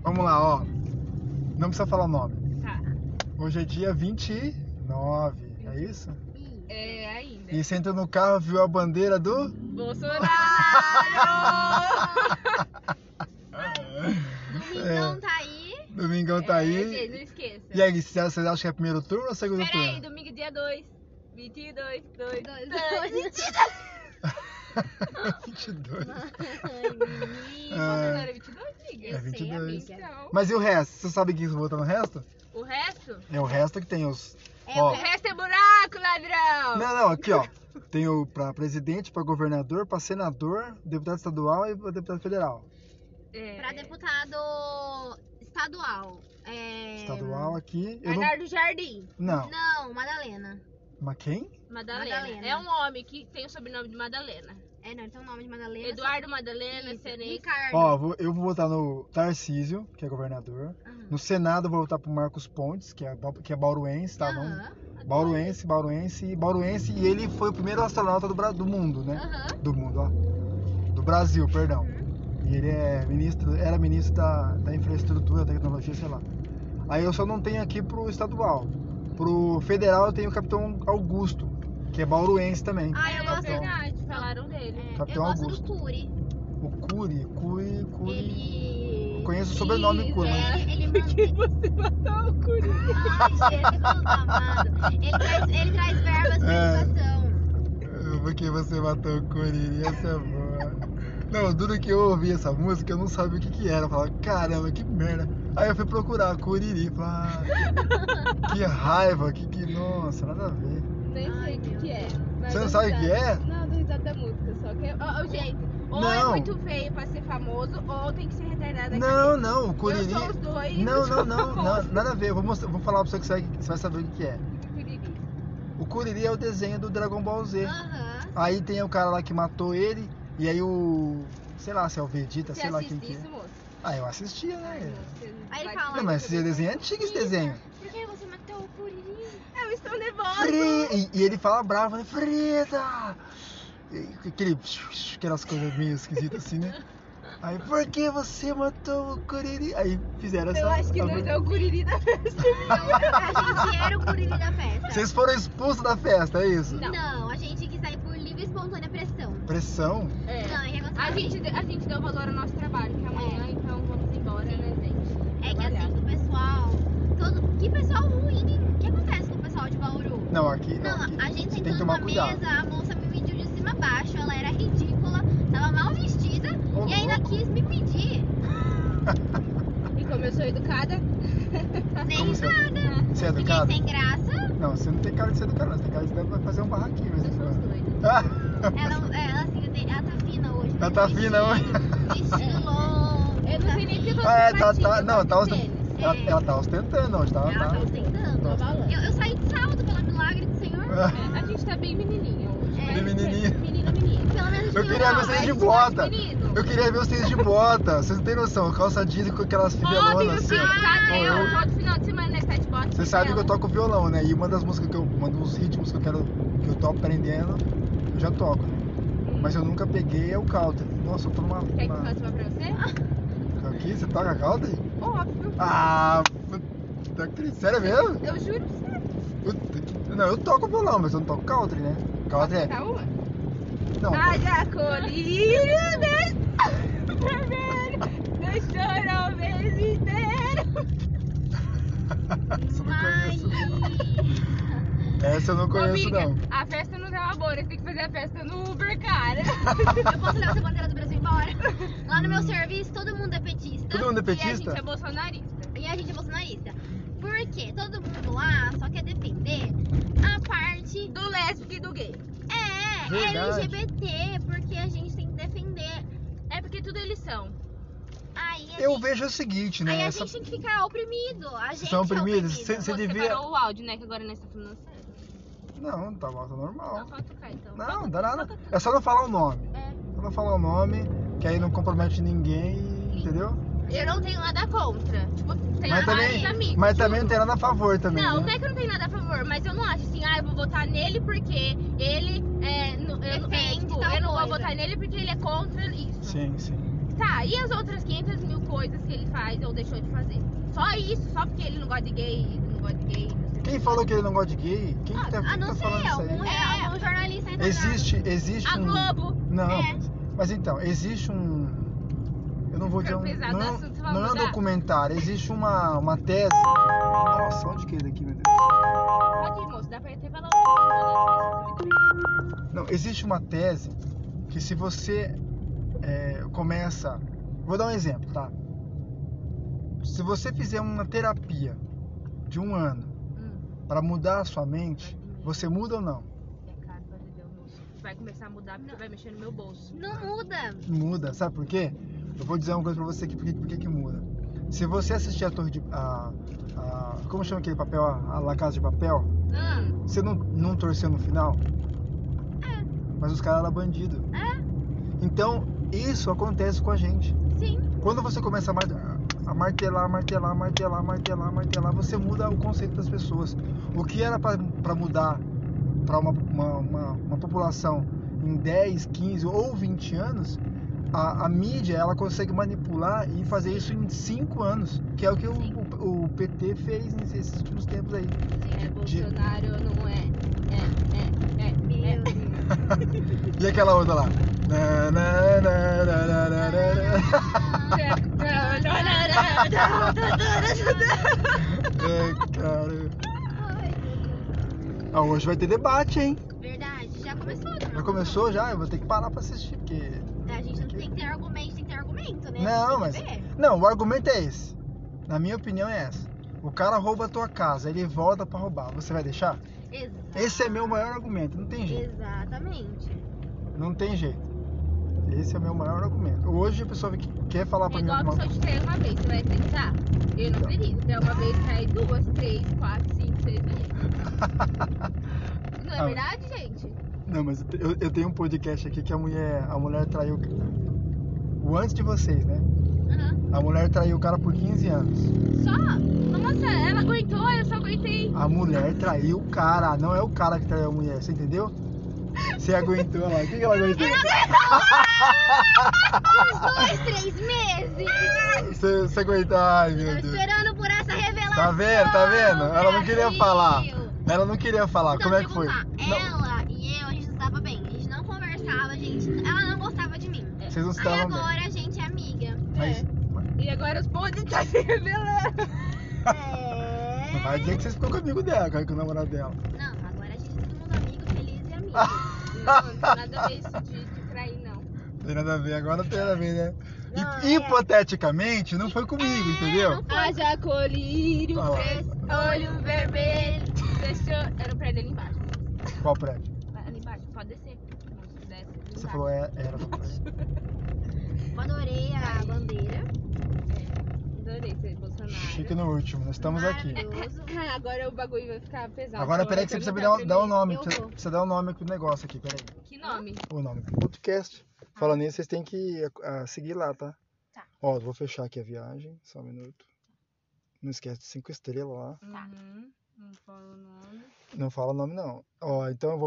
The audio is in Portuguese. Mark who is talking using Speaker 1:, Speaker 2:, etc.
Speaker 1: Vamos lá, ó. Não precisa falar o nome.
Speaker 2: Tá.
Speaker 1: Hoje é dia 29, é isso?
Speaker 2: É ainda.
Speaker 1: E você entrou no carro, viu a bandeira do.
Speaker 2: Bolsonaro!
Speaker 1: É.
Speaker 3: Domingão tá aí.
Speaker 1: Domingão tá
Speaker 2: É, gente, não
Speaker 1: aí.
Speaker 2: esqueça.
Speaker 1: E aí, você acha você acha que é primeiro turno ou segundo
Speaker 2: Pera aí,
Speaker 1: turno?
Speaker 2: domingo dia 2. 22, 2,
Speaker 3: Dois,
Speaker 2: 2.
Speaker 3: dois.
Speaker 1: 22.
Speaker 3: Ai, menino.
Speaker 2: Bolsonaro é 22,
Speaker 1: É
Speaker 2: amiga?
Speaker 1: 22.
Speaker 3: 22.
Speaker 2: Então,
Speaker 1: Mas e o resto? Você sabe quem votou no resto?
Speaker 2: o resto?
Speaker 1: É o resto que tem os.
Speaker 3: É,
Speaker 1: ó,
Speaker 2: O resto é buraco, ladrão!
Speaker 1: Não, não, aqui ó. Tem o pra presidente, pra governador, pra senador, deputado estadual e pra deputado federal.
Speaker 2: É.
Speaker 3: Pra deputado estadual. É...
Speaker 1: Estadual aqui. Eu não...
Speaker 2: Bernardo Jardim.
Speaker 1: não.
Speaker 3: Não, Madalena.
Speaker 1: Mas quem?
Speaker 2: Madalena.
Speaker 3: Madalena.
Speaker 2: É um homem que tem o sobrenome de Madalena.
Speaker 3: É, não, ele tem o nome de Madalena.
Speaker 2: Eduardo Madalena, é
Speaker 3: Isso,
Speaker 2: Serei.
Speaker 3: Ricardo.
Speaker 1: Ó, vou- eu vou votar no Tarcísio, que é governador.
Speaker 3: Aham.
Speaker 1: No Senado eu vou votar pro Marcos Pontes, que é, ba- que é bauruense, tá? Vamos-
Speaker 3: Aham,
Speaker 1: Bauruense, bauruense e bauruense. E ele foi o primeiro astronauta do, Bra- do mundo, né?
Speaker 3: aham. Uhum.
Speaker 1: Do mundo, ó. Do Brasil, perdão. E ele é ministro, era ministro da, da infraestrutura, tecnologia, sei lá. Aí eu só não tenho aqui pro estadual. Pro federal eu tenho o Capitão Augusto, que é bauruense também. Então,
Speaker 3: Ah, eu
Speaker 2: é
Speaker 3: gosto
Speaker 1: Capitão.
Speaker 2: verdade, falaram dele.
Speaker 3: É,
Speaker 1: Capitão
Speaker 3: eu gosto
Speaker 1: Augusto.
Speaker 3: do Cury.
Speaker 1: O Cury, Cury, Cury.
Speaker 3: Ele.
Speaker 1: Conheço o sobrenome
Speaker 2: Isso,
Speaker 1: Cury, mas...
Speaker 2: é.
Speaker 3: Ele, ele
Speaker 2: Por que
Speaker 3: mantém.
Speaker 2: você matou o Curi?
Speaker 3: Ai, Jesus amado. Ele traz, ele traz verbas pra
Speaker 1: É.
Speaker 3: educação.
Speaker 1: Porque você matou o Corinthians, essa é boa. Não, duro que eu ouvi essa música, eu não sabia o que que era. Eu falava, caramba, que merda. Aí eu fui procurar Curiri, falei, ah, que raiva, que que, nossa, nada a ver.
Speaker 2: Nem sei
Speaker 3: Ai,
Speaker 2: o que,
Speaker 3: meu
Speaker 2: que é. mas
Speaker 1: Você não
Speaker 2: eu
Speaker 1: sabe o que
Speaker 2: risada.
Speaker 1: é?
Speaker 2: Não, eu tô risada da música, só que. Ô, ô, gente, ou é
Speaker 1: Não.
Speaker 2: muito feio pra ser famoso, ou tem que ser retardada.
Speaker 1: Não, não, o
Speaker 2: Eu
Speaker 1: Curiri...
Speaker 2: sou os dois.
Speaker 1: Não, não, não, não,
Speaker 2: famoso.
Speaker 1: nada a ver. Eu vou, mostrar, vou falar pra você que você vai, você vai saber o que que é.
Speaker 2: Curiri.
Speaker 1: O Curiri é o desenho do Dragon Ball Z.
Speaker 3: Aham.
Speaker 1: Aí tem o cara lá que matou ele, e aí o... Sei lá se é o Vegeta,
Speaker 2: Você
Speaker 1: sei lá quem
Speaker 2: assiste
Speaker 1: que é.
Speaker 2: isso, moço?
Speaker 1: Ah, eu assistia, né?
Speaker 3: Aí ele fala-
Speaker 1: Não, mas esse desenho é antigo, esse
Speaker 2: né?
Speaker 1: desenho.
Speaker 3: Por que você matou o Cury?
Speaker 2: Eu estou nervosa.
Speaker 1: Fri- E, e ele fala bravo, né? Frida! E Aquele, aquelas coisas meio esquisitas assim, né? Aí, por que você matou o Coriri? Aí fizeram essa.
Speaker 2: Eu acho que
Speaker 1: a-
Speaker 2: nós é o Curiri da festa.
Speaker 3: A gente era o Cury da festa.
Speaker 1: Vocês foram expulsos da festa, é isso?
Speaker 3: Não. a gente quis sair por livre e espontânea pressão.
Speaker 1: Pressão?
Speaker 3: Não, é que aconteceu
Speaker 2: A
Speaker 3: assim.
Speaker 2: gente, a gente deu valor ao nosso trabalho, que amanhã, então vamos embora, né, gente?
Speaker 3: É que
Speaker 2: Trabalhar.
Speaker 3: assim, o pessoal. Todo... Que pessoal ruim. O que acontece com o pessoal de Bauru?
Speaker 1: Não, aqui.
Speaker 3: Não,
Speaker 1: aqui
Speaker 3: a
Speaker 1: tem
Speaker 3: gente
Speaker 1: que
Speaker 3: sentou
Speaker 1: tomar
Speaker 3: numa
Speaker 1: cuidado.
Speaker 3: mesa, a moça me mediu de cima a baixo, ela era ridícula, tava mal vestida
Speaker 1: Ô,
Speaker 3: e ainda
Speaker 1: louco.
Speaker 3: quis me pedir.
Speaker 2: E como eu sou educada,
Speaker 3: Nem
Speaker 1: Como você é?
Speaker 3: nada.
Speaker 1: Você é
Speaker 3: Fiquei
Speaker 1: educada?
Speaker 3: sem graça.
Speaker 1: Não, você não tem cara de ser educada, você tem cara de você vai fazer um barraquinho.
Speaker 2: eu
Speaker 1: Mas...
Speaker 2: sou doida.
Speaker 3: assim.
Speaker 1: Ah,
Speaker 3: é Ela, ela, assim, tem- ela tá fina hoje.
Speaker 1: ela tá fina hoje.
Speaker 3: Vestido longo.
Speaker 2: Eu não sei nem se eu tô
Speaker 1: Ah, é, tá,
Speaker 2: pratinha,
Speaker 1: tá.
Speaker 2: eu
Speaker 1: Não,
Speaker 2: gosto
Speaker 1: tá
Speaker 2: deles.
Speaker 1: ostentando. Ela,
Speaker 3: é.
Speaker 1: ela tá ostentando hoje, tá?
Speaker 3: Ela tá
Speaker 1: tá. Ah,
Speaker 3: ostentando.
Speaker 2: Tá balando.
Speaker 3: Eu, eu saí de sábado pelo milagre do Senhor.
Speaker 2: É, A gente tá bem menininha hoje.
Speaker 3: É,
Speaker 2: mas-
Speaker 1: menininha.
Speaker 2: Menina, menina.
Speaker 3: Pelo menos
Speaker 1: Eu
Speaker 3: tinha
Speaker 1: queria
Speaker 3: uma
Speaker 1: ver vocês de
Speaker 2: mas
Speaker 1: bota.
Speaker 2: menino.
Speaker 1: Eu queria ver vocês de bota. Vocês não têm noção. Calça jeans com aquelas
Speaker 2: Óbvio,
Speaker 1: fivelonas assim.
Speaker 2: filho,
Speaker 1: ó.
Speaker 2: sabe?
Speaker 1: Pô, eu-
Speaker 2: Eu todo final de semana nós tá de bota.
Speaker 1: Você sabe que eu toco violão, né? E uma das músicas que eu. Uma dos ritmos que eu quero. que eu tô aprendendo, eu já toco, né? Mas eu nunca peguei é o counter. Nossa, eu tô numa.
Speaker 2: Quer que eu
Speaker 1: uma...
Speaker 2: faça um uma pra você?
Speaker 1: Aqui, você toca counter?
Speaker 2: Óbvio.
Speaker 1: Ah, puta que- sério mesmo?
Speaker 2: Eu juro pra você.
Speaker 1: Puta que- Não, eu toco violão, mas eu não toco country, né? Country é.
Speaker 2: Tá uma?
Speaker 1: Não,
Speaker 2: Haja colhido vermelho, deixou o mês inteiro.
Speaker 1: essa eu não
Speaker 3: Mas...
Speaker 1: conheço. assim. Essa eu não conheço,
Speaker 2: Amiga,
Speaker 1: não.
Speaker 2: a festa não tá uma boa, você tem que fazer a festa no Uber, cara.
Speaker 3: Eu posso levar essa bandeira do Brasil embora? Lá no meu serviço, todo mundo é petista.
Speaker 1: Todo mundo é
Speaker 2: E a gente
Speaker 1: petista?
Speaker 2: é bolsonarista.
Speaker 3: E a gente é bolsonarista. Por quê? Todo mundo lá só quer defender a parte
Speaker 2: Do lésbico e do gay.
Speaker 3: é
Speaker 1: Verdade.
Speaker 3: LGBT, porque a gente tem que defender.
Speaker 2: É porque tudo eles são.
Speaker 3: Aí a
Speaker 1: Eu
Speaker 3: gente,
Speaker 1: vejo o seguinte, né?
Speaker 3: aí a
Speaker 1: essa-
Speaker 3: gente tem que ficar oprimido. A gente
Speaker 1: São oprimidos?
Speaker 3: É oprimido.
Speaker 1: Cê- Você
Speaker 2: Você
Speaker 1: devia-
Speaker 2: parou o áudio, né? Que agora nós tá falando sério.
Speaker 1: Não, tá volta normal.
Speaker 2: Não, só tocar então.
Speaker 1: Não, não dá nada. É só não falar o nome.
Speaker 2: É.
Speaker 1: Só não falar o nome, que aí não compromete ninguém, e- entendeu?
Speaker 2: Eu não tenho nada contra. Tipo, tem
Speaker 1: Mas
Speaker 2: vários
Speaker 1: também,
Speaker 2: amigos.
Speaker 1: mas
Speaker 2: juro.
Speaker 1: também não tem nada a favor também.
Speaker 2: Não, não
Speaker 1: né?
Speaker 2: é que eu não tenho nada a favor, mas eu não acho assim, ah, eu vou votar nele porque ele é. nu- Eu, não- é,
Speaker 3: Defende
Speaker 2: tipo,
Speaker 3: tal
Speaker 2: eu não vou
Speaker 3: coisa.
Speaker 2: votar nele porque ele é contra isso.
Speaker 1: Sim, sim.
Speaker 2: Tá, e as outras 500 mil coisas que ele faz ou deixou de fazer? Só isso, só porque ele não gosta de gay, ele não gosta de gay. não sei o
Speaker 1: Quem
Speaker 2: quê.
Speaker 1: falou que ele não gosta de gay? Quem
Speaker 3: Ah,
Speaker 1: que tá,
Speaker 3: a
Speaker 1: quem
Speaker 3: não
Speaker 1: tá
Speaker 3: ser
Speaker 1: falando isso
Speaker 3: algum,
Speaker 1: aí?
Speaker 3: é, algum jornalista entra
Speaker 1: Existe, existe
Speaker 2: A
Speaker 1: um...
Speaker 2: Globo.
Speaker 1: Não,
Speaker 3: É.
Speaker 1: mas- mas então, existe um. Eu não vou dizer
Speaker 2: Quero
Speaker 1: um.
Speaker 2: pesar
Speaker 1: Não,
Speaker 2: no
Speaker 1: é um-
Speaker 2: assunto, vamos
Speaker 1: não é um
Speaker 2: mudar?
Speaker 1: documentário, existe uma, uma tese. Nossa, onde que é daqui, meu Deus?
Speaker 2: Pode ir, moço, dá pra ir até pela outra.
Speaker 1: Não, existe uma tese que se você é, começa. Vou dar um exemplo, tá? Se você fizer uma terapia de um ano pra mudar a sua mente, você muda ou não?
Speaker 2: É caro pra viver o moço. Vai começar a mudar porque vai mexer no meu bolso.
Speaker 3: Não muda.
Speaker 1: Muda, sabe por quê? Eu vou dizer uma coisa pra você aqui, por que- por que que muda. Se você assistir a Torre de. A, a- como chama aquele papel? A, a La Casa de Papel?
Speaker 2: Hum,
Speaker 1: Você não, não torceu no final?
Speaker 3: É.
Speaker 1: Mas os caras eram bandido.
Speaker 3: É,
Speaker 1: Então, isso acontece com a gente.
Speaker 3: sim.
Speaker 1: Quando você começa a, mar- a martelar, martelar, martelar, martelar, martelar, você muda o conceito das pessoas. O que era para mudar para uma, uma, uma- uma população em 10, 15 ou 20 anos, a, a mídia ela consegue manipular e fazer isso em 5 anos, que é o que o, o- o PT fez nesses últimos tempos aí.
Speaker 2: é Bolsonaro, não é. É, é, é.
Speaker 3: Meu Deus.
Speaker 1: E aquela outra lá? Na, na, na, na, na, na, na, na. É, cara.
Speaker 3: é.
Speaker 1: Ah, hoje vai ter debate, hein?
Speaker 3: Verdade, já começou. né? É,
Speaker 1: Já começou já? Eu vou ter que parar pra assistir, porque.
Speaker 3: A gente não tem que ter argumento, tem que ter argumento, né?
Speaker 1: Não, mas.
Speaker 3: Tem que ver.
Speaker 1: Não, o argumento é esse. Na minha opinião é essa. O cara rouba a tua casa, ele volta pra roubar. Você vai deixar?
Speaker 3: Exa-
Speaker 1: Esse é meu maior argumento, não tem jeito.
Speaker 3: Exatamente.
Speaker 1: Não tem jeito. Esse é meu maior argumento. Hoje a pessoa vem que- quer falar pra mim
Speaker 2: Igual
Speaker 1: alguma
Speaker 2: que se eu
Speaker 1: coisa.
Speaker 2: te trair uma vez, você vai acreditar? Eu não acredito. Então, uma vez trai duas, três, quatro, cinco, seis vezes. Não
Speaker 1: Ah.
Speaker 2: é verdade, gente?
Speaker 1: Não, mas eu, eu tenho um podcast aqui que a mulher, a mulher traiu. O antes de vocês, né?
Speaker 3: Aham.
Speaker 1: A mulher traiu o cara por 15 anos.
Speaker 2: Só? Nossa, ela aguentou, eu só aguentei.
Speaker 1: A mulher traiu o cara, não é o cara que traiu a mulher, você entendeu? Você aguentou lá, o que, que ela aguentou?
Speaker 3: Uns dois, três meses!
Speaker 1: Você, você aguentou, ai meu
Speaker 3: Tava
Speaker 1: Deus.
Speaker 3: esperando por essa revelação!
Speaker 1: Tá vendo, tá vendo? Ela não queria
Speaker 3: Brasil.
Speaker 1: falar. Ela não queria falar,
Speaker 3: Então,
Speaker 1: como é
Speaker 3: te
Speaker 1: que foi?
Speaker 3: contar,
Speaker 1: Não,
Speaker 3: Ela e eu, a gente não tava bem. A gente não conversava, a gente. Ela não gostava de mim.
Speaker 1: vocês não se
Speaker 3: Aí
Speaker 1: davam bem.
Speaker 3: agora a gente é amiga.
Speaker 1: Mas
Speaker 2: E agora os podres estão se revelando.
Speaker 3: É.
Speaker 1: não vai dizer que vocês ficou com o amigo dela, com o namorado dela.
Speaker 3: Não, agora a gente é todo mundo amigo, feliz e amigo.
Speaker 1: Ah,
Speaker 2: Não, não tem nada a ver isso de, de trair, não.
Speaker 1: Tem nada a ver, agora não tem nada a ver, né? E-
Speaker 3: Não, é.
Speaker 1: hipoteticamente, não foi comigo, entendeu?
Speaker 2: Haja colírio,
Speaker 1: Ah lá.
Speaker 2: três, olho vermelho.
Speaker 1: Tá.
Speaker 2: Deixou. Era o prédio ali embaixo.
Speaker 1: Qual prédio?
Speaker 2: Ali embaixo, pode descer. Desce,
Speaker 1: Você
Speaker 2: embaixo.
Speaker 1: falou, é, era o prédio.
Speaker 3: Eu adorei a bandeira.
Speaker 2: Adorei ser Bolsonaro.
Speaker 1: Chique no último, nós estamos aqui.
Speaker 3: Maravilhoso.
Speaker 2: Agora o bagulho vai ficar pesado.
Speaker 1: Agora,
Speaker 2: Eu
Speaker 1: peraí,
Speaker 2: vou
Speaker 1: que você precisa
Speaker 2: perguntar
Speaker 1: me dar, um, dar o
Speaker 2: primeiro.
Speaker 1: nome.
Speaker 3: Eu
Speaker 1: Precisa,
Speaker 3: vou.
Speaker 1: precisa dar o nome pro negócio aqui, peraí.
Speaker 2: Que nome?
Speaker 1: o nome do podcast. Falando nisso, vocês têm que ah, seguir lá, tá?
Speaker 3: Tá.
Speaker 1: Ó, vou fechar aqui a viagem, só um minuto. Não esquece de cinco estrelas lá.
Speaker 2: Uhum. Não fala o nome.
Speaker 1: Não fala o nome, não. Ó, então eu vou